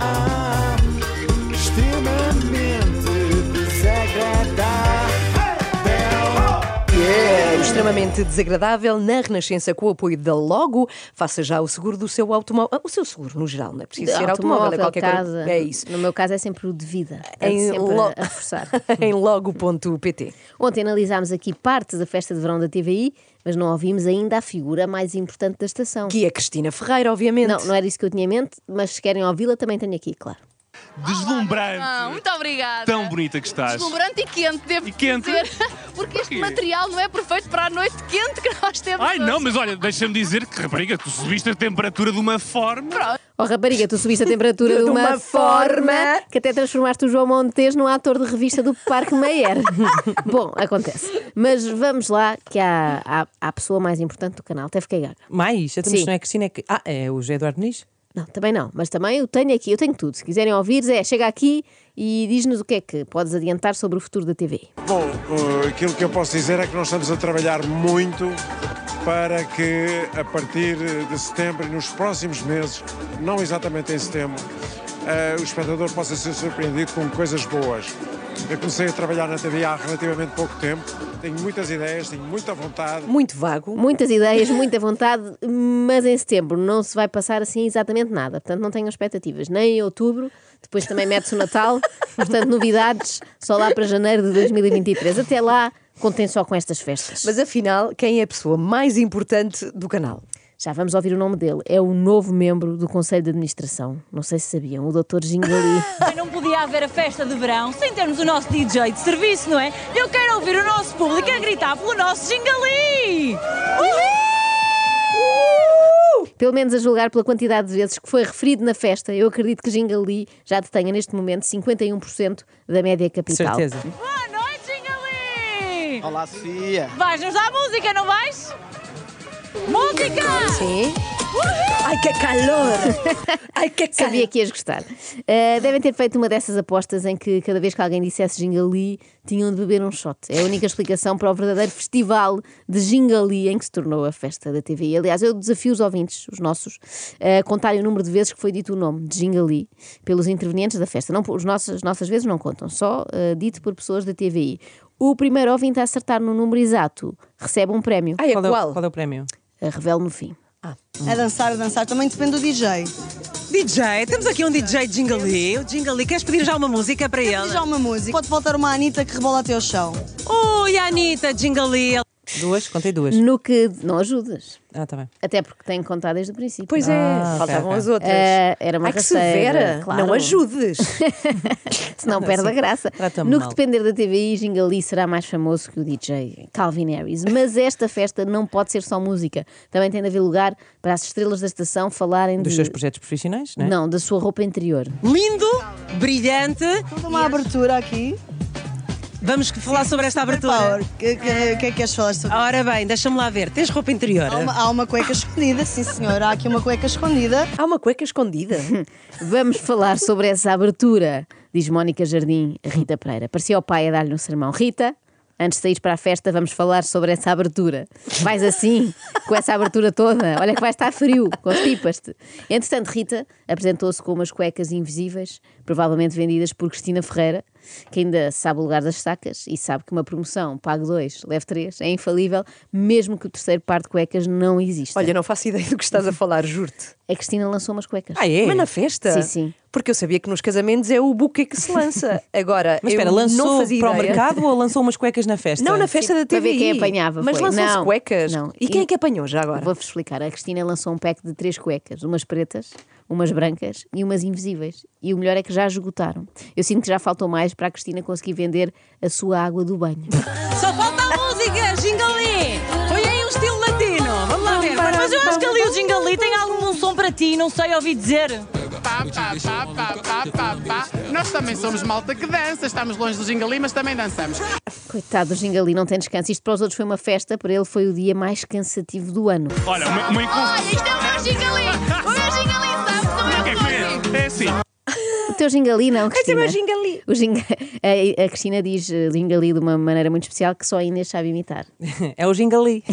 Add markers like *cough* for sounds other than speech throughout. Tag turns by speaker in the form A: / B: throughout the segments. A: Ah, extremamente desagradável.
B: O extremamente desagradável na Renascença com o apoio da Logo. Faça já o seguro do seu automóvel. Ah, O seu seguro, no geral, não é preciso ser automóvel, é qualquer
C: casa.
B: coisa. É isso.
C: No meu caso é sempre o de vida.
B: Em
C: Em sempre
B: lo-
C: a forçar.
B: *laughs*
C: *laughs*
B: em logo.pt.
C: Ontem analisámos aqui parte da festa de verão da TVI, mas não ouvimos ainda a figura mais importante da estação.
B: Que é Cristina Ferreira, obviamente.
C: Não, não era isso que eu tinha em mente, mas se querem ouvi-la também tenho aqui, claro.
D: Deslumbrante.
E: Ah, muito obrigada.
D: Tão bonita que estás.
E: Deslumbrante e quente, devo
D: E quente?
E: dizer. Porque
D: *laughs*
E: este
D: Porquê?
E: material não é perfeito para a noite quente que nós temos.
D: Ai não,
E: hoje.
D: mas olha, deixa-me dizer que, rapariga, tu subiste a temperatura de uma forma.
C: Oh, rapariga, tu *laughs* subiste a temperatura de
B: De
C: uma,
B: uma forma.
C: forma que até transformaste o João Montes num ator de revista do
B: *laughs*
C: Parque Meyer. Bom, acontece. Mas vamos lá, que há, há, há a pessoa mais importante do canal, teve que Gaga.
F: Mais? Então, mas
C: Sim.
F: não é Cristina, é que. Ah, é o José Eduardo Nis?
C: Não, também não, mas também eu tenho aqui, eu tenho tudo. Se quiserem ouvir, Zé, chega aqui e diz-nos o que é que podes adiantar sobre o futuro da TV.
G: Bom, uh, aquilo que eu posso dizer é que nós estamos a trabalhar muito para que a partir de setembro e nos próximos meses, não exatamente em setembro, uh, o espectador possa ser surpreendido com coisas boas. Eu comecei a trabalhar na TV há relativamente pouco tempo, tenho muitas ideias, tenho muita vontade.
B: Muito vago.
C: Muitas ideias, muita vontade, mas em setembro não se vai passar assim exatamente nada. Portanto, não tenham expectativas. Nem em outubro, depois também mete-se o Natal. Portanto, novidades só lá para janeiro de 2023. Até lá, contem só com estas festas.
B: Mas afinal, quem é a pessoa mais importante do canal?
C: Já vamos ouvir o nome dele. É o novo membro do Conselho de Administração. Não sei se sabiam, o Dr. Gingali.
H: Também Não podia haver a festa de verão sem termos o nosso DJ de serviço, não é? Eu quero ouvir o nosso público a gritar pelo nosso Jingali!
C: Pelo menos a julgar pela quantidade de vezes que foi referido na festa, eu acredito que Gingali já detenha neste momento 51% da média capital.
F: Certeza.
H: Boa noite, Jingali!
A: Olá, Sofia.
H: Vais-nos dar música, não vais? Música!
C: Sim.
B: Ai que calor! *laughs* Ai que calor!
C: Sabia que ias gostar. Uh, devem ter feito uma dessas apostas em que cada vez que alguém dissesse Gingali, tinham de beber um shot. É a única explicação para o verdadeiro festival de Gingali em que se tornou a festa da TV. Aliás, eu desafio os ouvintes, os nossos, a contarem o número de vezes que foi dito o nome de Gingali pelos intervenientes da festa. Não, por- os nossos, as nossas vezes não contam, só uh, dito por pessoas da TVI. O primeiro ouvinte a acertar no número exato recebe um prémio.
B: Ai, a
F: Qual é,
B: qual?
F: o, qual é o prémio?
C: Uh, Revelo no fim.
I: A É dançar, a dançar também depende do DJ.
J: DJ, temos aqui um DJ Jingali. O Jingali, queres pedir já uma música para
I: Diz já
J: ele?
I: uma música. Pode voltar uma Anitta que rebola até o chão.
J: Ui, Anitta, Jingali.
F: Duas? Contei duas.
C: No que não ajudas.
F: Ah, tá bem.
C: Até porque tem que contar desde o princípio.
B: Pois é,
F: Ah, ok,
B: faltavam
F: ok.
B: as outras.
C: Eh, era uma
B: Ai que
C: rasteira,
B: severa!
C: claro.
B: Não ajudes!
C: *laughs* Senão perde a
F: assim,
C: graça.
F: *laughs* trata-me
C: No que
F: mal.
C: depender da TVI, Gingali será mais famoso que o DJ Calvin Harris. Mas esta festa não pode ser só música. Também tem de haver lugar para as estrelas da estação
F: *laughs*
C: falarem
F: Dos
C: de-
F: seus projetos profissionais, não é?
C: Não, da sua roupa interior.
J: Lindo, brilhante.
I: Toda
K: é?
I: uma abertura aqui.
J: Vamos que falar sobre esta
I: Power.
J: abertura.
I: O que, que, que é que queres falar sobre?
J: Ora bem, deixa-me lá ver. Tens roupa interior?
B: É?
I: Há uma, há uma cueca escondida, sim senhora. Há aqui uma cueca escondida.
B: Há uma cueca
C: *laughs*
B: escondida.
C: Vamos falar sobre essa abertura, diz Mónica Jardim a Rita Pereira. Parecia o pai a dar-lhe um sermão. Rita, antes de sair para a festa, vamos falar sobre essa abertura. Vais assim, com essa abertura toda. Olha que vai estar frio, constipas-te. Entretanto, Rita apresentou-se com umas cuecas invisíveis, provavelmente vendidas por Cristina Ferreira, que ainda sabe o lugar das sacas e sabe que uma promoção, pago dois, leve três, é infalível, mesmo que o terceiro par de cuecas não exista.
B: Olha, não faço ideia do que estás a falar, juro-te.
C: a Cristina lançou umas cuecas.
F: Ah, é?
B: Mas na festa?
C: Sim, sim.
B: Porque eu sabia que nos casamentos é o buquê que se lança. Agora,
F: Mas
B: eu
F: espera,
B: não
F: lançou para
B: fazia
F: o
B: ideia.
F: mercado ou lançou umas cuecas na festa?
B: Não, na festa da
C: para ver
B: TV.
C: quem apanhava,
B: Mas
C: foi.
B: lançam-se
C: Não,
B: cuecas.
C: não.
B: E quem
C: E-
B: é que apanhou já agora?
C: Vou-vos explicar. A Cristina lançou um pack de três cuecas, umas pretas, umas brancas e umas invisíveis. E o melhor é que já esgotaram. Eu sinto que já faltou mais para a Cristina conseguir vender a sua água do banho.
H: Só falta a música, Jingali! Foi aí um estilo latino. Vamos lá ver. Mas, mas eu acho que ali o Jingali tem algum som para ti, não sei ouvi dizer.
L: Pá, pá, pá, pá, pá, pá, pá. Nós também somos malta que dança, estamos longe do Jingali, mas também dançamos.
C: Coitado do Gingali, não tem descanso. Isto para os outros foi uma festa, para ele foi o dia mais cansativo do ano.
D: Olha, uma,
H: um
D: uma inconstância. *laughs*
E: Olha, isto é o meu Jingali! O meu Jingali sabe, não é
D: O que é que
E: o
D: é? É assim.
C: teu jingali, não, Cristina.
F: é?
M: meu jingali.
C: é O jinga- a, a Cristina diz eh, jingali de uma maneira muito especial que só a Inês sabe imitar.
F: É o jingali.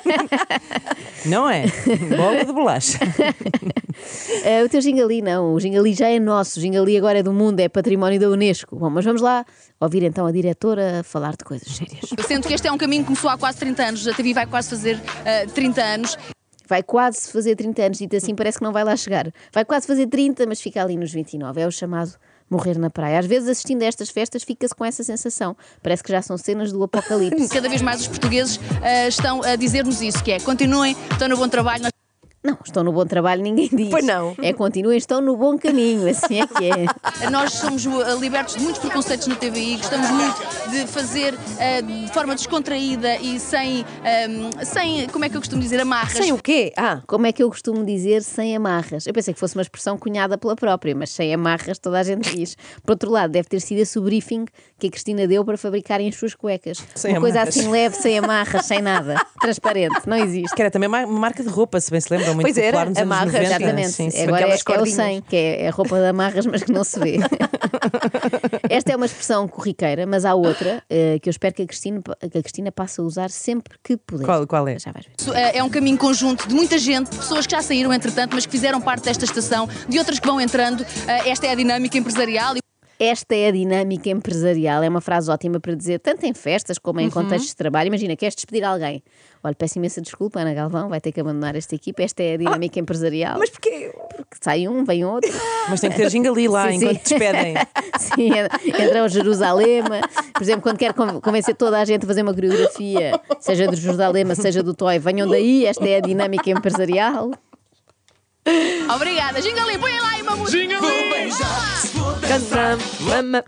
F: *laughs* não é? Bola de bolacha.
C: Eh, o teu jingali, não. O jingali já é nosso. O jingali agora é do mundo, é património da Unesco. Bom, mas vamos lá ouvir então a diretora falar de coisas sérias.
E: Eu sinto que este é um caminho que começou há quase 30 anos. A TV vai quase fazer ah, 30 anos.
C: Vai quase fazer 30 anos, dito assim, parece que não vai lá chegar. Vai quase fazer 30, mas fica ali nos 29. É o chamado morrer na praia. Às vezes, assistindo a estas festas, fica-se com essa sensação. Parece que já são cenas do apocalipse.
E: *laughs* Cada vez mais os portugueses ah, estão a dizer-nos isso, que é continuem, estão no bom trabalho. Nós...
C: Não, estão no bom trabalho, ninguém diz. Pois não. É continuem, estão no bom caminho, assim é que é.
E: Nós somos uh, libertos de muitos preconceitos na TVI, gostamos muito de fazer uh, de forma descontraída e sem, um, sem, como é que eu costumo dizer, amarras.
C: quê? Ah. Como é que eu costumo dizer sem amarras? Eu pensei que fosse uma expressão cunhada pela própria, mas sem amarras toda a gente diz. Por outro lado, deve ter sido esse o briefing que a Cristina deu para fabricarem as suas cuecas.
F: Sem
C: uma coisa
F: amarras.
C: assim leve, sem amarras, sem nada. Transparente, não existe.
F: Que era também ma- uma marca de roupa, se bem se lembram,
H: É
F: muito
H: tipo
F: popular nos anos 90.
H: né?
C: Exatamente.
F: Sim, sim.
C: Agora é,
F: Aquelas
C: é o
F: cordinhas.
C: 100, que é, é roupa de amarras, mas que não se vê. *laughs* Esta é uma expressão corriqueira, mas há outra eh, que eu espero que a, Cristina, que a Cristina passe a usar sempre que puder. Qual, é? Já vais ver.
E: Isso, eh, É um caminho conjunto de muita gente, de pessoas que já saíram entretanto, mas que fizeram parte desta estação, de outras que vão entrando. Eh, Esta é a dinâmica empresarial. e-
C: Esta é a dinâmica empresarial. É uma frase ótima para dizer, tanto em festas como em
E: Uhum.
C: contextos de trabalho. Imagina, queres despedir alguém. Olha, peço imensa desculpa, Ana Galvão, vai ter que abandonar esta equipa. Esta é a dinâmica empresarial. Mas porquê? Porque sai um, vem outro.
F: Mas tem que ter jingali lá
C: Sim, sim.
F: enquanto despedem.
C: *laughs* sim, entra o Jerusalema. Por exemplo, quando quer con- convencer toda a gente a fazer uma coreografia, seja do Jerusalema, seja do Toy, venham daí. Esta é a dinâmica empresarial.
E: Obrigada. Jingali, põe lá aí uma música.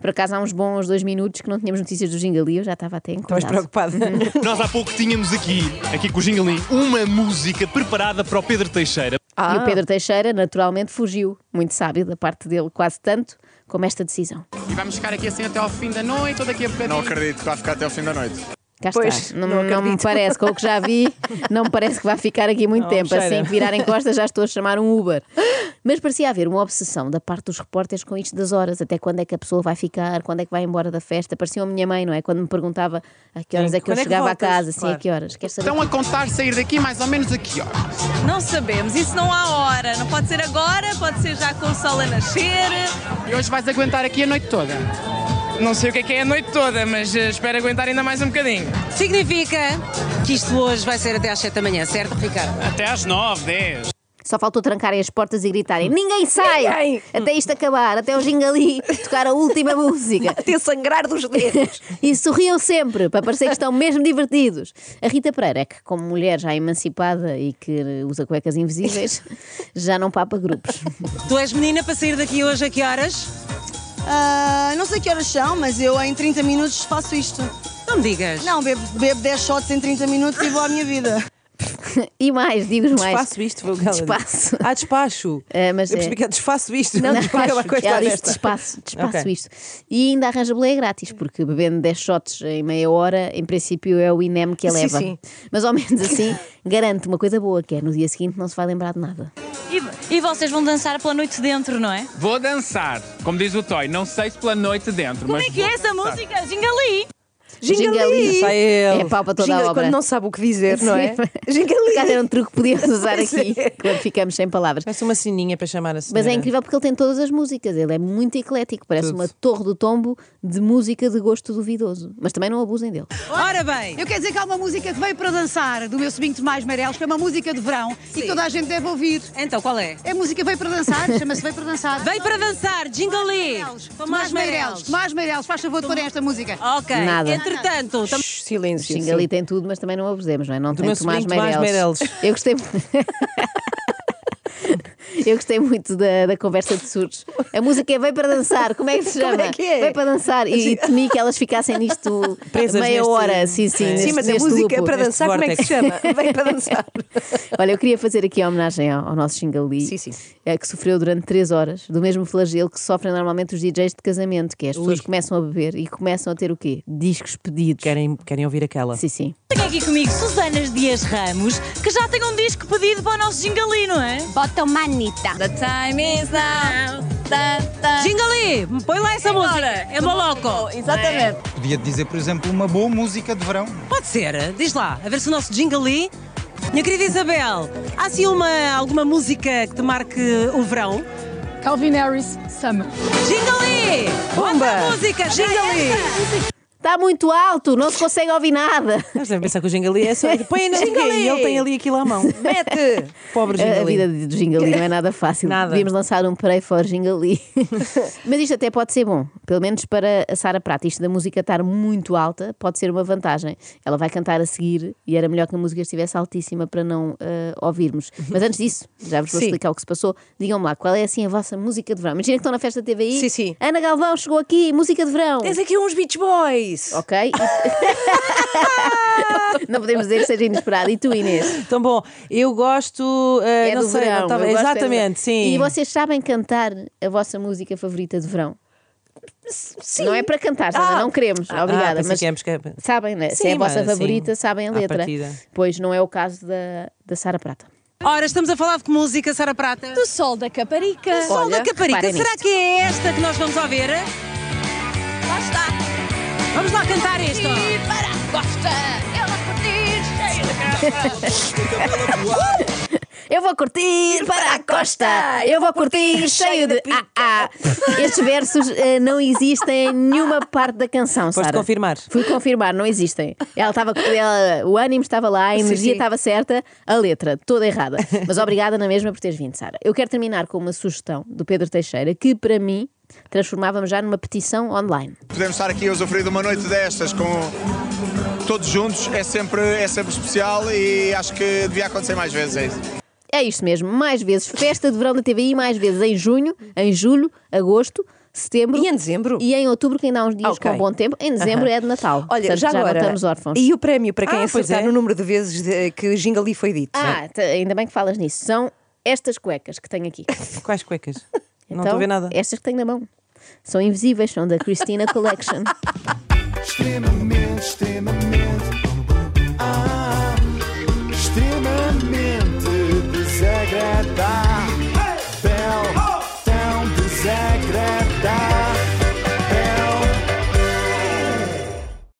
C: Por acaso há uns bons dois minutos que não tínhamos notícias do Jingali, eu já estava até
F: Então,
C: incomodada.
D: Estavas preocupada. Nós há pouco tínhamos aqui, aqui com o Jingalim, uma música preparada para o Pedro Teixeira.
C: E
F: Ah.
C: o Pedro Teixeira, naturalmente, fugiu. Muito sábio da parte dele, quase tanto como esta decisão.
L: E vamos ficar aqui assim até ao fim da noite ou daqui a bocadinho?
N: Não acredito que vai ficar até ao fim da noite.
C: Cá
L: Pois,
C: está. Não,
L: não
C: não me
L: acredito.
C: parece, com o que já vi, não me parece que vai ficar aqui muito
L: Não,
C: tempo.
L: cheira.
C: Assim que virar em costas, já estou a chamar um Uber. Mas parecia haver uma obsessão da parte dos repórteres com isto das horas. Até quando é que a pessoa vai ficar, quando é que vai embora da festa. Parecia a minha mãe, não é? Quando me perguntava a que horas
L: Sim,
C: é que eu
L: quando é que
C: chegava
L: voltas?
C: a casa, assim,
L: Claro.
C: a que horas. Quer saber?
L: Estão É um a contar sair daqui mais ou menos aqui, ó.
H: Não sabemos, isso não há hora. Não pode ser agora, pode ser já com o sol a nascer.
L: E hoje vais aguentar aqui a noite toda.
O: Não sei o que é que é a noite toda, mas eh, espero aguentar ainda mais um bocadinho.
J: Significa que isto hoje vai ser até às 7 da manhã, certo, Ricardo?
O: Até às 9, 10.
C: Só faltou trancarem as portas e gritarem: Ninguém sai! Até isto acabar, até o Jingali tocar a última *laughs* música. *laughs* Até sangrar dos dedos. e sorriam sempre, para parecer que estão mesmo divertidos. A Rita Pereira, é que como mulher já emancipada e que usa cuecas invisíveis, já não papa grupos.
J: Tu és menina para sair daqui hoje a que horas?
I: Ah, não sei que horas são, mas eu em 30 minutos faço isto.
J: Não me digas.
I: Não, bebo, bebo 10 shots em 30 minutos e vou à minha vida.
C: e mais, digo mais.
F: Desfaço isto, vou
C: Despaço.
F: Ah, despacho.
C: mas
F: eu
C: é-
F: percebi que é desfaço isto.
C: Não,
F: *laughs* desculpa,
C: despacho.
F: aquela coisa
C: Ela disse
F: honesta.
C: despaço, despaço
F: Ok.
C: isto. E ainda arranja boleia grátis, porque bebendo 10 shots em meia hora, em princípio é o INEM que
M: Sim,
C: eleva.
M: sim.
C: Mas ao menos assim, garante uma coisa boa, que é no dia seguinte não se vai lembrar de nada.
H: E, e vocês vão dançar pela noite dentro, não é?
O: Vou dançar, como diz o Toy, não sei se pela noite dentro,
H: Como
O: mas.
H: é que é
O: vou
H: essa
O: dançar.
H: música? Jingali!
M: Jingali.
C: Sai ele. É pau para toda a
M: Jingali,
C: obra.
M: quando não sabe o que dizer, não é?
C: Jingali. Era um truque que podíamos usar
M: Pois
C: aqui,
M: é.
C: quando ficamos sem palavras.
F: Parece uma sininha para chamar a
C: Mas
F: senhora.
C: é incrível porque ele tem todas as músicas, ele é muito eclético, parece
F: Tudo.
C: uma torre do tombo de música de gosto duvidoso. Mas também não abusem dele.
K: Ora bem, eu quero dizer que há uma música que veio para dançar do meu sobrinho Tomás Meireles, que é uma música de verão e que toda a gente deve ouvir. Então, qual é? É a música Veio para Dançar, chama-se Veio para Dançar. Veio para Dançar, Jingali! Tomás Meireles, Tomás Meireles, faz favor de pôr esta música.
J: Ok.
C: Nada.
J: Entretanto, tam-
C: Silêncio. Xingali tem tudo, mas também não abusemos, não é? Não
F: Do
C: tem
F: meu
C: Tomás
F: sobrinho Tomás
C: Meireles. Eu gostei *laughs* Eu gostei muito da, da conversa de surdos. A música é Vem para dançar, como é que se
M: Como
C: chama?
M: é que é?
C: Vem para dançar. E, temi que elas ficassem nisto
M: Presas
C: meia
M: neste-
C: hora. Sim,
M: Sim,
C: sim. neste-
M: mas a
C: neste
M: música
C: loop,
M: para
C: neste
M: dançar, como é que se
C: vórtex.
B: *laughs*
M: chama? Vem para dançar.
C: Olha, eu queria fazer aqui a homenagem ao, ao nosso Xingali, eh, que sofreu durante três horas do mesmo flagelo que sofrem normalmente os DJs de casamento, que é as pessoas começam a beber e começam a ter o quê? Discos pedidos.
F: Querem, querem ouvir aquela.
C: Sim, sim.
H: Tenho aqui comigo Susanas Dias Ramos, que já tem um disco pedido para o nosso Jingali, não é?
P: Bota uma Anitta.
H: The time is now. Jingali, põe lá essa música. É maloco.
Q: Exatamente.
R: Podia dizer, por exemplo, uma boa música de verão.
H: Pode ser, diz lá, a ver se o nosso Jingali. Minha querida Isabel, há assim uma, alguma música que te marque o verão? Calvin Harris, Summer. Jingali! Outra música, é Jingali!
C: Está Tá muito alto, não se consegue ouvir nada.
B: Mas deve pensar que o Jingali
H: *laughs*
B: é só. Põe na Jingali! Ele tem ali aquilo à mão. Mete! Pobre
C: A-
B: Jingali.
C: A vida de- do Jingali não é nada fácil.
B: Nada.
C: Devíamos lançar um Pray for Jingali. Mas isto até pode ser bom, pelo menos para a Sara Prata. Isto da música estar muito alta pode ser uma vantagem. Ela vai cantar a seguir e era melhor que a música estivesse altíssima para não ah, ouvirmos. Mas antes disso, já vos vou
B: Sim.
C: explicar o que se passou. Digam-me lá, qual é assim a vossa música de verão? Imagina que estão na festa da TVI. Sim, sim. Ana Galvão chegou aqui, música de verão.
B: Tens aqui uns Beach Boys.
C: Ok. *laughs* não podemos dizer que seja inesperado. E tu, Inês?
B: Então, bom, eu gosto. eh,
C: é
B: não
C: do
B: sei,
C: verão.
B: não tava-
C: eu gosto é do
B: Exatamente,
C: verão.
B: sim.
C: E vocês sabem cantar a vossa música favorita de verão? Sim. Não é para cantar, Sandra,
B: Ah.
C: não queremos.
B: Ah,
C: Obrigada.
B: pensei
C: mas
B: que éramos que-
C: sabem, né? Se
B: Sim,
C: é a vossa
B: mas,
C: favorita,
B: sim,
C: sabem a
B: à
C: letra.
B: partida.
C: Pois não é o caso da, da Sara Prata.
H: Ora, estamos a falar de que música, Sara Prata? Do Sol da Caparica. Do Sol
C: Olha,
H: da Caparica.
C: reparem
H: Será
C: nisto.
H: que é esta que nós vamos ouvir? Lá está. Vamos lá cantar isto. Para a costa, ela *laughs*
C: Eu vou curtir para a costa, eu vou curtir cheio de. Ah, ah. Estes versos eh, não existem em nenhuma parte da canção,
B: Foste
C: Sara.
B: confirmar.
C: Fui confirmar, não existem. Ela estava, ela- o ânimo estava lá, a
B: Sim,
C: energia
B: sim.
C: estava certa, a letra toda errada. Mas obrigada na mesma por teres vindo, Sara. Eu quero terminar com uma sugestão do Pedro Teixeira que para mim transformávamos já numa petição online.
A: Podemos estar aqui a usufruir de uma noite destas com todos juntos, é sempre, é sempre especial e acho que devia acontecer mais vezes, é isso.
C: É isto mesmo, mais vezes festa de verão da TVI, mais vezes em junho, em julho, agosto, setembro e em dezembro e em outubro que ainda há uns dias
S: Ok.
C: com bom tempo. Em dezembro
S: Aham.
C: é de Natal.
S: Olha,
C: Portanto,
S: já
C: não
S: agora.
C: estamos órfãos.
S: E o prémio para quem
C: Ah, pois
S: acertar
C: é.
S: no número de vezes de- que Jingali foi dito?
C: Ah, t- ainda bem que falas nisso. São estas cuecas que tenho aqui.
B: Quais cuecas? Não
C: Então,
B: estou a ver nada.
C: Estas que tenho na mão. São invisíveis, são da Christina Collection.
T: Extremamente, Ah, extremamente.